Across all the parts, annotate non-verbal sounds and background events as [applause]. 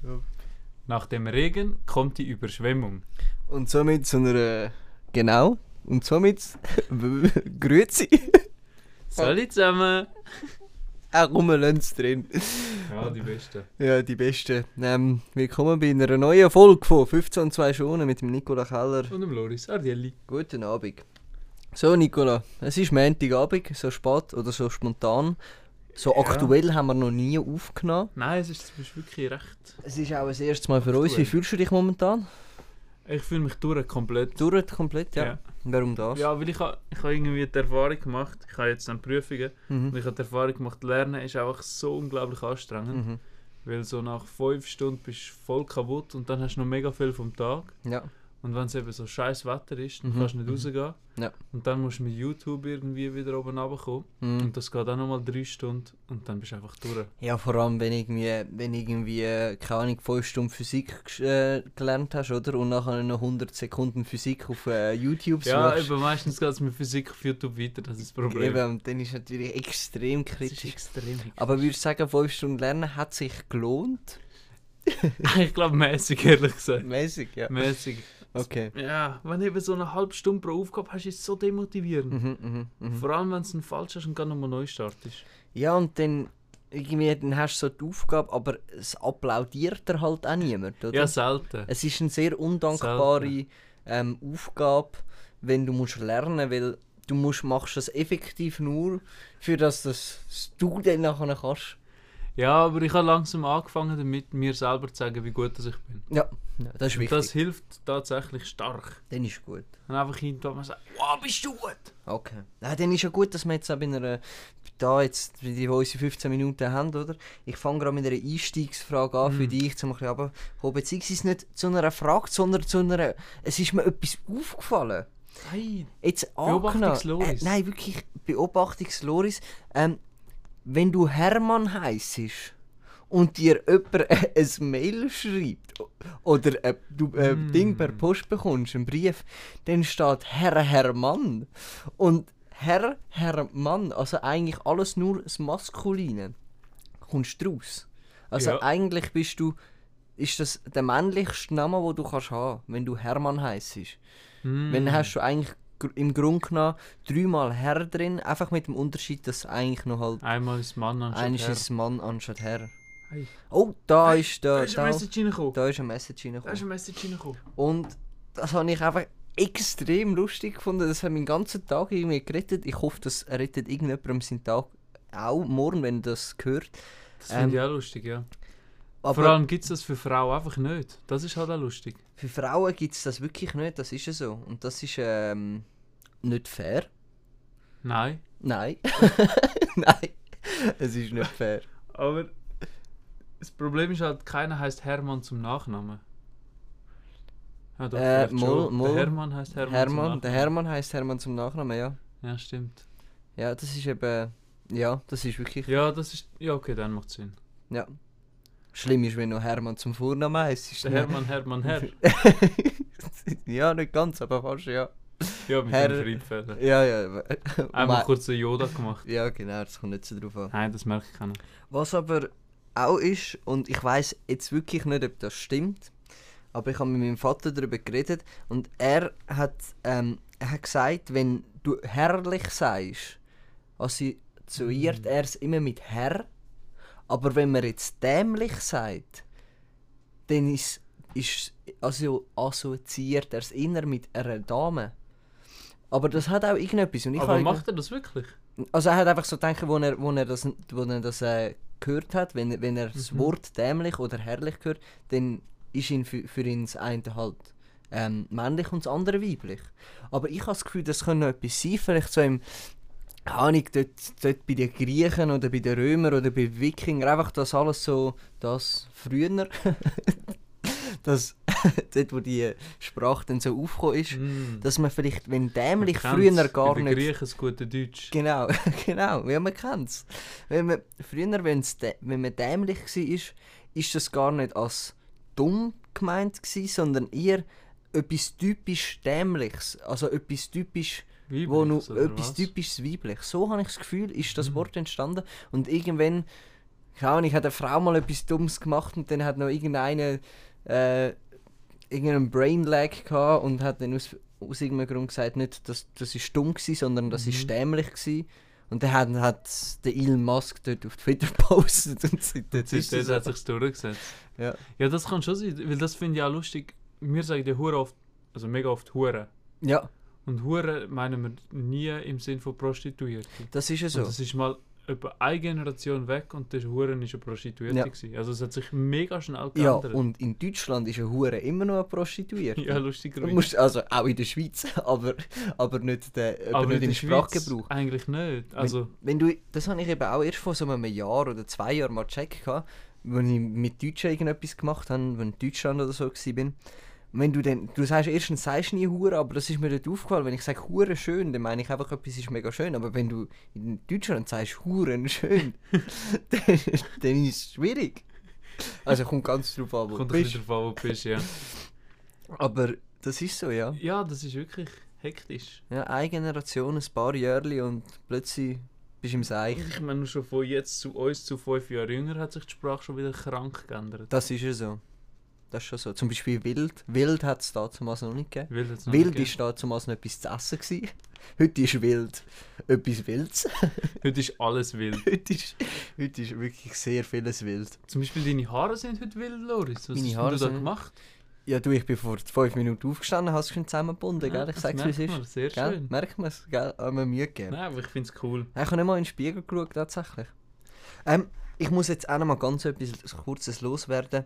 glaub. Nach dem Regen kommt die Überschwemmung. Und somit zu einer. äh, Genau. Und somit. [laughs] Grüezi. Salut zusammen! Auch rumlönz drin. Ja, die Besten. Ja, die Besten. Ähm, willkommen bei einer neuen Folge von 15 und 2 Schonen mit dem Nicola Keller. Und dem Loris Ardielli. Guten Abend. So, Nicola, es ist Montagabend, so spät oder so spontan. So Ja. aktuell haben wir noch nie aufgenommen. Nein, es ist, du bist wirklich recht. Es ist auch das erste Mal für uns. Aktuell. Wie fühlst du dich momentan? Ich fühle mich durch komplett. Durch komplett, ja. Warum das? Ja, weil ich habe ich ha irgendwie die Erfahrung gemacht, ich habe jetzt dann Prüfungen, und Mhm. ich habe die Erfahrung gemacht, Lernen ist einfach so unglaublich anstrengend, Mhm. weil so nach fünf Stunden bist du voll kaputt und dann hast du noch mega viel vom Tag. ja. Und wenn es eben so scheiß Wetter ist, dann Mhm, kannst du nicht mhm. rausgehen. Ja. Und dann musst du mit YouTube irgendwie wieder oben runterkommen. Mhm. Und das geht auch nochmal drei Stunden und dann bist du einfach durch. Ja, vor allem, wenn irgendwie, wenn irgendwie äh, keine Ahnung, 5 Stunden Physik gesch- äh, gelernt hast, oder? Und nachher noch 100 Sekunden Physik auf äh, YouTube ja, suchst. eben meistens geht es mit Physik auf YouTube weiter, das ist das Problem. Eben, und dann ist natürlich extrem Das ist kritisch. extrem. Aber würdest du sagen, 5 Stunden Lernen hat sich gelohnt? [laughs] ich glaube mäßig, ehrlich gesagt. Mäßig, ja. Mäßig. Okay. Ja, wenn du eben so eine halbe Stunde pro Aufgabe hast, ist es so demotivierend. Mhm, mhm, mhm. Vor allem, wenn es ein falsch ist und gar nochmal neu startest. Ja, und dann, irgendwie, dann hast du so die Aufgabe, aber es applaudiert dir halt auch niemand, oder? Ja, selten. Es ist eine sehr undankbare ähm, Aufgabe, wenn du musst lernen weil du musst, machst das effektiv nur, für das, das du dann nachher kannst. Ja, aber ich habe langsam angefangen damit, mir selber zu sagen, wie gut dass ich bin. Ja, das ist Und wichtig. das hilft tatsächlich stark. Dann ist gut. Und einfach hinterher mal sagen, wow, Ah, bist du gut! Okay. Ja, dann ist ja gut, dass wir jetzt auch bei einer, da jetzt, die die wir unsere 15 Minuten haben, oder? Ich fange gerade mit einer Einstiegsfrage an für Mhm. dich, zum ein bisschen runterholen. Beziehungsweise nicht zu einer Frage, sondern zu einer, es ist mir etwas aufgefallen. Hey, Jetzt Beobachtungsloris. angenommen- Äh, nein, wirklich Beobachtungsloris. Ähm, wenn du Hermann heisst und dir jemand [laughs] äh, ein Mail schreibt o- oder äh, du äh, Mm. Ding per Post bekommst, einen Brief, dann steht Herr Hermann. Und Herr Hermann, also eigentlich alles nur das Maskuline, kommst du raus. Also Ja. eigentlich bist du, ist das der männlichste Name, den du kannst haben, wenn du Hermann heisst. hm, Wenn hast du eigentlich gr- im Grunde genommen dreimal Herr drin, einfach mit dem Unterschied, dass eigentlich noch halt Einmal ist Mann anstatt eines Herr. ist Mann anstatt Herr. Hey. Oh, da ist Da der. ist ein Da, Message reingekommen. da ist ein Message Da ist reingekommen. ein Message reingekommen. Und das habe ich einfach extrem lustig gefunden. Das hat meinen ganzen Tag irgendwie gerettet. Ich hoffe, das rettet irgendjemandem seinen Tag auch morgen, wenn ihr das hört. Das Ähm, finde ich auch lustig, ja. Vor Aber allem gibt es das für Frauen einfach nicht. Das ist halt auch lustig. für Frauen gibt es das wirklich nicht, das ist ja so. Und das ist ähm, nicht fair. Nein. Nein. [laughs] Nein. Es ist nicht fair. Aber das Problem ist halt, keiner heißt Hermann zum Nachnamen. Ja, doch, Äh, vielleicht mol- schon. mol- Der Hermann heißt Hermann. Hermann, zum der Hermann heißt Hermann zum Nachnamen, ja. Nachnamen. Ja, stimmt. Ja, das ist eben. Ja, das ist wirklich. Ja, das ist. Ja, okay, dann macht Sinn. Ja. Schlimm ist, wenn noch Hermann zum Vornamen heißt. ist Der ne- Hermann, Hermann, Herr. [laughs] ja, nicht ganz, aber fast, ja. Ja, mit Herr- dem Friedfeder. Ja, ja. Einmal Ma- kurz einen Yoda gemacht. Ja, genau, das kommt nicht so drauf an. Nein, das merke ich keiner. Was aber auch ist, und ich weiß jetzt wirklich nicht, ob das stimmt, aber ich habe mit meinem Vater darüber geredet und er hat, ähm, er hat gesagt, wenn du herrlich seist, Mhm. assoziiert er es immer mit Herr, aber wenn man jetzt dämlich sagt, dann ist, ist also assoziiert er es immer mit einer Dame. Aber das hat auch irgendetwas. Und ich Aber habe- macht er das wirklich? also er hat einfach so gedacht, wo er, wo er das, wo er das äh, gehört hat, wenn, wenn er das Mhm. Wort dämlich oder herrlich hört, dann ist ihn für, für ihn das eine halt ähm, männlich und das andere weiblich. Aber ich habe das Gefühl, das könnte noch etwas sein, vielleicht so im keine Ahnung, dort, dort bei den Griechen oder bei den Römern oder bei den Wikingern, einfach das alles so, das früher, [laughs] das, [laughs] dort wo die Sprache dann so aufgekommen ist, Mm. dass man vielleicht, wenn Man dämlich kennt's. früher gar Bei den nicht... Griechen das gute Deutsch. Genau, [laughs] genau, ja, man kennt es. Wenn man, früher, wenn's dä- wenn man dämlich war, ist, ist das gar nicht als dumm gemeint, gewesen, sondern eher etwas typisch Dämliches. Also etwas typisch, Weiblich, wo nur oder etwas was? Mhm. typisch weiblich. So habe ich das Gefühl, ist das Wort entstanden. Und irgendwann keine Ahnung, hat eine Frau mal etwas Dummes gemacht und dann hat noch irgendeine äh, irgendeinen Brain Lag gehabt und hat dann aus, aus irgendeinem Grund gesagt, nicht, dass das ist dumm gewesen, sondern das ist Mhm. dämlich gewesen. Und dann hat, hat der Elon Musk dort auf Twitter [laughs] gepostet und seitdem Jetzt ist das das hat einfach- sich durchgesetzt. Ja. Ja, das kann schon sein, weil das finde ich auch lustig. Wir sagen ja Hure oft, also mega oft Hure. ja, Und Hure meinen wir nie im Sinn von Prostituierte. das ist ja so. Und das ist mal etwa eine Generation weg und der Hure ist eine Prostituierte. Ja. gewesen. Also es hat sich mega schnell Ja, geändert. und in Deutschland ist eine Hure immer noch eine Prostituierte. [laughs] ja lustigerweise. Du musst, also auch in der Schweiz, [laughs] aber, aber nicht, der, aber nicht in im der Schweiz Sprachgebrauch. Eigentlich nicht. Also, Wenn du, das habe ich eben auch erst vor so einem Jahr oder zwei Jahren mal gecheckt, gehabt, wenn ich mit Deutschen irgendetwas gemacht habe, wenn ich in Deutschland oder so war. Wenn du dann, du sagst erstens sagst du nie Hure, aber das ist mir dort aufgefallen. Wenn ich sage Hure schön, dann meine ich einfach etwas ist mega schön. Aber wenn du in Deutschland sagst Huren [laughs] schön, dann, dann ist es schwierig. Also kommt ganz drauf an, wo du kommt ein bist. bisschen davon, wo du bist, ja. Aber das ist so, ja. ja, das ist wirklich [laughs] hektisch. Ja, eine Generation, ein paar Jahre und plötzlich bist du im Seich. Ich meine, schon von jetzt zu uns zu fünf Jahren jünger hat sich die Sprache schon wieder krank geändert. Das ist ja so. Das ist schon so. Zum Beispiel Wild. Wild hat es damals noch nicht gegeben. Wild, hat's noch Wild nicht ist damals noch etwas zu essen. Gewesen. Heute ist Wild etwas Wildes. [laughs] gegeben. Heute ist alles wild. heute, ist, heute ist wirklich sehr vieles Wild. Zum Beispiel deine Haare sind heute wild, Loris. Was Meine hast Haare du da sind- gemacht? Ja, du, ich bin vor fünf Minuten aufgestanden, hast schon zusammengebunden, Ja, gell? das Ich sag's, wie es merkt ist. man, Sehr Gell? schön. Merkt man es, gell? Haben wir Mühe gegeben. Nein, aber ich finde es cool. Ich habe nicht mal in den Spiegel geschaut, tatsächlich. Ähm, ich muss jetzt auch noch mal ganz etwas Kurzes loswerden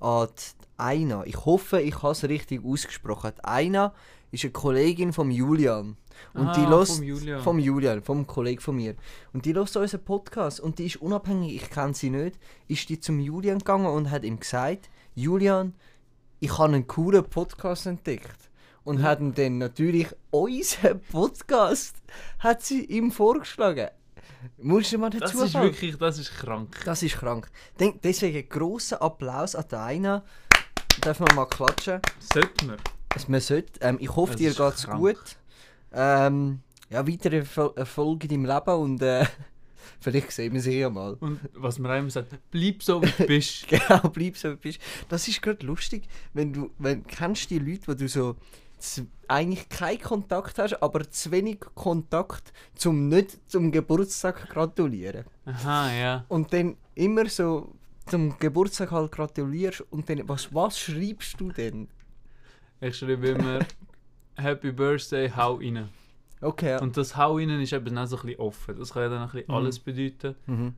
an die Aina. Ich hoffe, ich habe es richtig ausgesprochen. Die Aina ist eine Kollegin von Julian. Und die Ah, hört vom Julian. vom Julian, vom Kollegen von mir. Und die hört unseren Podcast und die ist unabhängig, ich kenne sie nicht, ist die zum Julian gegangen und hat ihm gesagt, Julian, ich habe einen coolen Podcast entdeckt. Und hat ihm dann natürlich unseren Podcast hat sie ihm vorgeschlagen. Musst du mal Das dazu ist wirklich, das ist krank. Das ist krank. Den- Deswegen grossen Applaus an Deina. Dürfen wir mal klatschen. Sollte man. Also man sollte, ähm, ich hoffe, Es dir ist geht es krank. gut. Ähm, ja, weitere Erfol- Erfolge in deinem Leben und äh, [laughs] vielleicht sehen wir sie ja mal. Und was man einem sagt, bleib so, wie du bist. [laughs] Genau, bleib so wie du bist. Das ist gerade lustig, wenn du, wenn kennst du die Leute, wo du so z- eigentlich keinen Kontakt hast, aber zu wenig Kontakt, zum nicht zum Geburtstag gratulieren. Aha, ja. Und dann immer so zum Geburtstag halt gratulierst und dann, was, was schreibst du denn? Ich schreibe immer Happy Birthday, hau rein. Okay, ja. Und das Hau rein ist eben auch so ein bisschen offen. Das kann ja dann ein bisschen alles bedeuten. Mhm.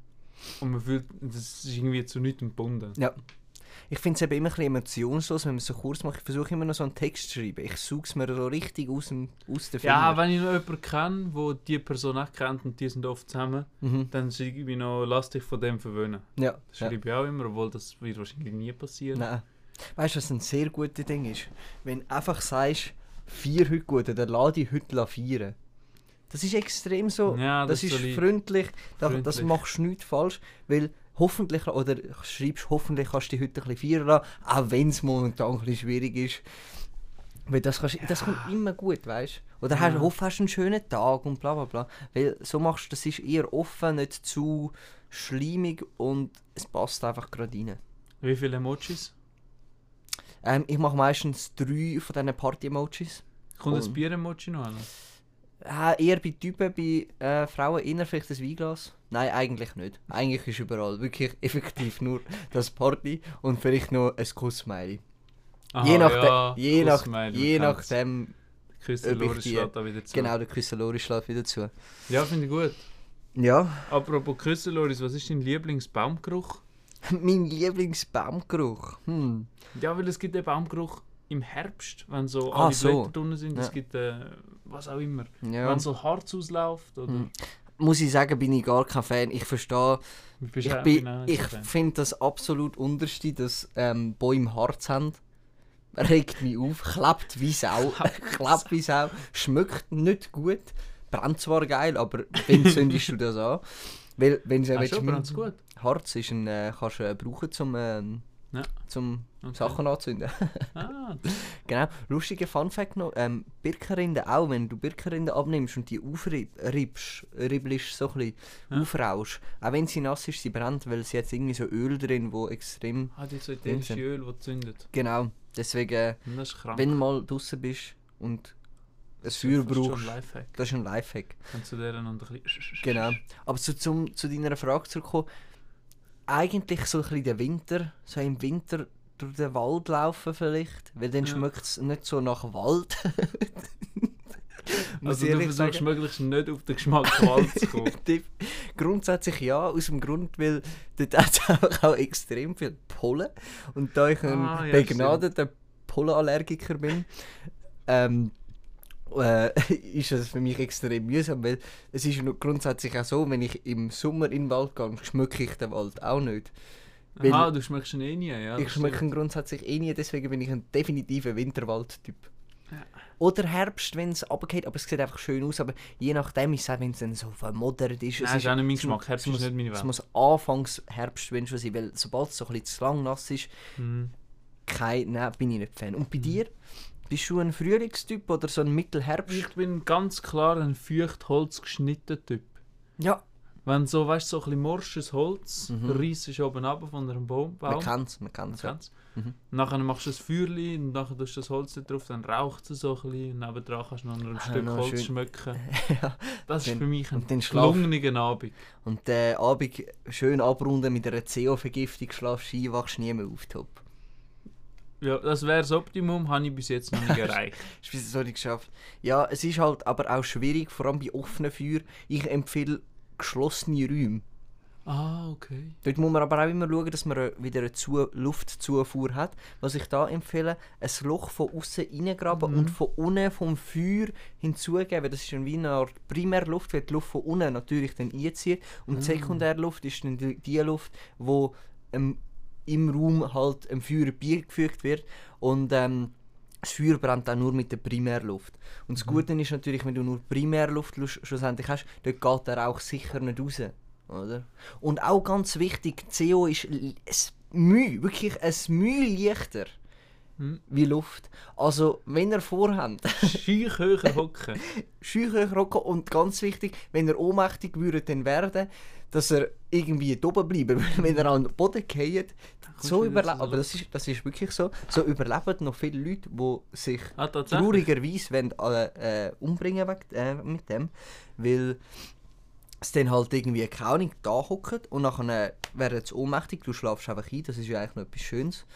Und man fühlt, das ist irgendwie zu nichts gebunden. Ja. Ich finde es eben immer ein bisschen emotionslos, wenn man so kurz macht. Ich versuche immer noch so einen Text zu schreiben. Ich suche es mir so richtig aus, dem, aus den Ja, Fingern. wenn ich noch jemanden kenne, wo die Person auch kennt und die sind oft zusammen, mhm. dann schreibe ich noch, lass dich von dem verwöhnen. ja. Das ja. schreibe ich auch immer, obwohl das wird wahrscheinlich nie passieren. Nein. Weißt du, was ein sehr gutes Ding ist? Wenn du einfach sagst, vier heute gut, dann lade ich heute feiern. Das ist extrem so. Ja, das, das ist ist so lieb. freundlich, da, Das Freundlich. machst du nichts falsch, weil hoffentlich, oder schreibst, hoffentlich kannst du dich heute ein bisschen feiern lassen, auch wenn es momentan ein bisschen schwierig ist. Weil das, kannst, das kommt immer gut, weißt du? Oder hast, Ja. hoff, hast einen schönen Tag und bla bla bla. Weil so machst du, das ist eher offen, nicht zu schleimig und es passt einfach gerade rein. Wie viele Emojis? Ähm, ich mache meistens drei von diesen Party-Emojis. Kommt Cool. ein Bier-Emoji noch an? Äh, eher bei Typen, bei äh, Frauen eher vielleicht ein Weinglas. Nein, eigentlich nicht. Eigentlich ist überall wirklich [laughs] effektiv nur das Party und vielleicht noch ein Kussmeili. Ah, Je, nach de- je, nach, je nachdem, Küsse ob ich Loris die- schlägt da wieder zu. genau, der Küsselori schlägt wieder zu. Ja, finde ich gut. Ja, [laughs] Apropos Küsse, Loris, was ist dein Lieblingsbaumgeruch? mein Lieblingsbaumgeruch. Hm. Ja, weil es gibt den Baumgeruch im Herbst, wenn so Ah, alle so. Blätter drinnen sind. Ja. Es gibt äh, was auch immer. Ja. Wenn so Harz ausläuft oder... Hm. Muss ich sagen, bin ich gar kein Fan. Ich verstehe Du bist ich auch- bin, auch nicht ich so Fan. finde das absolut unterste, dass ähm, Bäume Harz haben. Regt mich auf, klebt [laughs] wie Sau, [laughs] klebt wie Sau, schmeckt nicht gut, brennt zwar geil, aber wenn [laughs] zündest du das an? Weil, wenn sie Ah, schon, mit brennt's gut. Harz ist, ein, äh, kannst du äh, brauchen zum ähm, Ja. zum Okay. Sachen anzünden. Ah, Genau. Lustiger Funfact noch, ähm, Birkenrinde auch, wenn du Birkenrinde abnimmst und die aufribbst, ribblisch so ein bisschen Ja. aufraust, auch wenn sie nass ist, sie brennt, weil sie hat irgendwie so Öl drin, wo extrem... hat [laughs] jetzt so ätherische Vincent. Öl, das zündet. Genau, deswegen, Und Das ist krank. wenn du mal draußen bist und ein Das ist Feuer fast schon brauchst, ein Lifehack. das ist ein Lifehack. Kannst du deren und ein bisschen... Genau. Aber so zum, zu deiner Frage zurückkommen, eigentlich so ein bisschen der Winter, so im Winter durch den Wald laufen vielleicht, weil dann Ja. schmeckt es nicht so nach Wald. [laughs] Muss Also ich du ehrlich versuchst sagen. möglichst nicht auf den Geschmack Wald zu [laughs] kommen. Definitiv. Grundsätzlich ja, aus dem Grund, weil dort hat es einfach auch extrem viel Pollen. Und da ich ein Ah, ja, begnadeter Pollenallergiker bin, ähm, äh, [laughs] ist es für mich extrem mühsam, weil es ist nur grundsätzlich auch so, wenn ich im Sommer in den Wald gehe, schmücke ich den Wald auch nicht. Weil- Aha, du schmeckst ihn eh nie, ja. ich das schmecke stimmt. ihn grundsätzlich eh nie, deswegen bin ich ein definitiver Winterwaldtyp. Oder Herbst, wenn es runtergeht, aber es sieht einfach schön aus, aber je nachdem ist es auch, wenn es dann so vermodert ist. Nein, es ist auch nicht mein es mu- Geschmack. es Herbst ist muss- nicht meine Es Welt. muss anfangs Herbst wenn schon sein, weil sobald es so ein bisschen zu lang nass ist, Hm. kein, nein, bin ich nicht Fan. Und Mhm. bei dir? Bist du ein Frühlingstyp oder so ein Mittelherbst? Ich bin ganz klar ein feucht Holz geschnitten Typ. Ja, Wenn so, weißt so ein bisschen morsches Holz, Mhm. mhm. reissest du oben ab von einem Baum. man Baum. kennt es, man Man kennt es. kennt's. Mhm. Und Nachher machst du das Feuerli und nachher tust du das Holz dort drauf, dann raucht es so ein bisschen und nebendran kannst du noch ein Stück Ah, noch Holz schön. schmecken. [laughs] Ja. Das ist Den- für mich ein und den Schlaf. gelungener Abend. Und den Abend schön abrunden mit einer CO-Vergiftung, schlafst ein, wachst nie mehr auf, top. Ja, das wäre das Optimum, habe ich bis jetzt [laughs] noch nicht erreicht. Hast du bis so nicht geschafft? Ja, es ist halt aber auch schwierig, vor allem bei offenen Feuer. Ich empfehle geschlossene Räume. Ah, okay. Dort muss man aber auch immer schauen, dass man äh, wieder eine Zu Luftzufuhr hat. Was ich da empfehle, ein Loch von außen reingraben und von unten vom Feuer hinzugeben. Das ist dann wie eine Art Primärluft, weil die Luft von unten natürlich dann einzieht. Und die Sekundärluft ist dann die, die Luft, wo ähm, im Raum halt dem Feuer beigefügt wird. Und ähm, das Feuer brennt auch nur mit der Primärluft. Und das Gute ist natürlich, wenn du nur Primärluft lu- schlussendlich hast, dort geht der Rauch sicher nicht raus. Oder? Und auch ganz wichtig, CO ist l- es Mühe, wirklich ein Mühe leichter Hm. wie Luft. Also, wenn ihr vorhabt, Scheuch höher hocken. scheuchen rocken und ganz wichtig, wenn ihr ohnmächtig würdet dann werden, dass ihr irgendwie oben [laughs] bleiben, weil wenn ihr an den Boden geht, kommst [laughs] so du wieder überlebt, so aber das ist, das ist wirklich so, so überleben noch viele Leute, die sich Ah, tatsächlich. traurigerweise wollen alle äh, umbringen weg, äh, mit dem, weil es dann halt irgendwie keine Ahnung da hockt und nachher werden sie ohnmächtig, du schlafst einfach ein, das ist ja eigentlich noch etwas Schönes.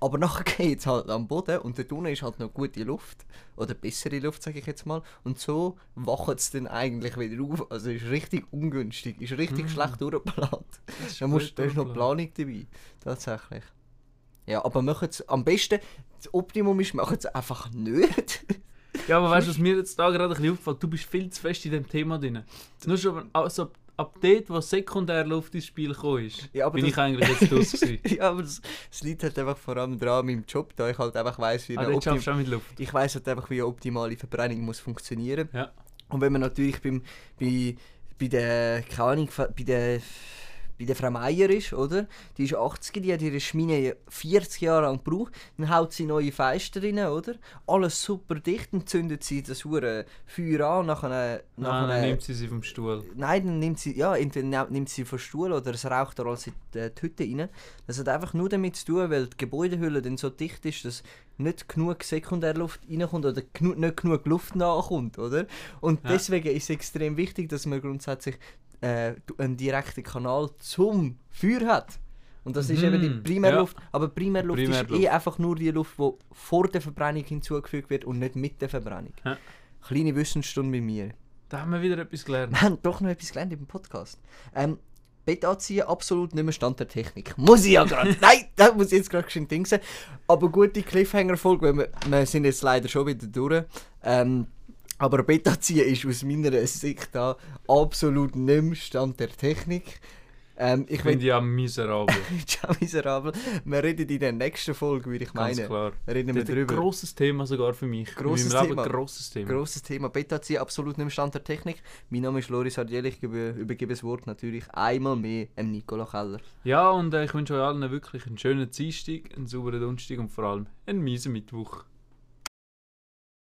Aber [laughs] nachher geht es halt am Boden und dort unten ist halt noch gute Luft. Oder bessere Luft, sage ich jetzt mal. Und so wacht es dann eigentlich wieder auf. Also ist richtig ungünstig, ist richtig schlecht durchgeplant. Da, musst, da ist noch Planung dabei. Tatsächlich. Ja, aber macht's am besten, das Optimum ist, macht es einfach nicht. Ja, aber weißt du, was mir jetzt da gerade ein bisschen auffällt? Du bist viel zu fest in dem Thema drin. Nur schon, also ab, ab dort, wo Sekundärluft ins Spiel gekommen ist, Ja, aber bin das- ich eigentlich jetzt draus [laughs] gewesen. ja, aber das, das liegt halt einfach vor allem dran an meinem Job, da ich halt einfach weiss, wie Ah, eine, dort optim schaffst du auch mit Luft. ich weiss halt einfach, wie eine optimale Verbrennung muss funktionieren Ja. Und wenn man natürlich beim, bei, bei der, keine Ahnung, fa- bei der, bei der Frau Meier ist, oder? Die ist 80, die hat ihre Schmine 40 Jahre lang gebraucht, dann haut sie neue Fenster rein, oder? Alles super dicht, dann zündet sie das hure Feuer an, nachher, Nein, nachher Ah, dann nimmt sie sie vom Stuhl. Nein, dann nimmt sie, ja, entweder na- nimmt sie vom Stuhl oder es raucht er alles in die, äh, die Hütte rein. Das hat einfach nur damit zu tun, weil die Gebäudehülle dann so dicht ist, dass nicht genug Sekundärluft reinkommt oder genu nicht genug Luft nachkommt, oder? Und Ja. deswegen ist es extrem wichtig, dass man grundsätzlich äh, du- einen direkten Kanal zum Feuer hat. Und das ist eben die Mhm, Primärluft. Aber Primärluft, ist Primärluft. eh einfach nur die Luft, die vor der Verbrennung hinzugefügt wird und nicht mit der Verbrennung. Ja. Kleine Wissensstunde bei mir. Da haben wir wieder etwas [laughs] gelernt. Wir haben doch noch etwas gelernt im Podcast. Ähm, Bett anziehen, absolut nicht mehr Stand der Technik. Muss ich [laughs] ja gerade. Nein, da muss ich jetzt gerade geschwind dingsen. Aber gute Cliffhanger-Folge, weil wir, wir sind jetzt leider schon wieder durch. Ähm, aber Bett anziehen ist aus meiner Sicht da absolut nicht mehr Stand der Technik. Ähm, Ich ich finde bin ja [laughs] miserabel. Ciao miserabel. Wir reden in der nächsten Folge, würde ich Ganz meinen. klar. Reden Das wir ist ein drüber. grosses Thema sogar für mich. Grosses in meinem Leben Thema. ein grosses Thema. Grosses Thema. Beta zieht absolut nicht im Stand der Technik. Mein Name ist Loris Hardiel. Ich gebe, übergebe das Wort natürlich einmal mehr dem Nicola Keller. ja, und äh, ich wünsche euch allen wirklich einen schönen Dienstag, einen sauberen Donnerstag und vor allem einen miesen Mittwoch.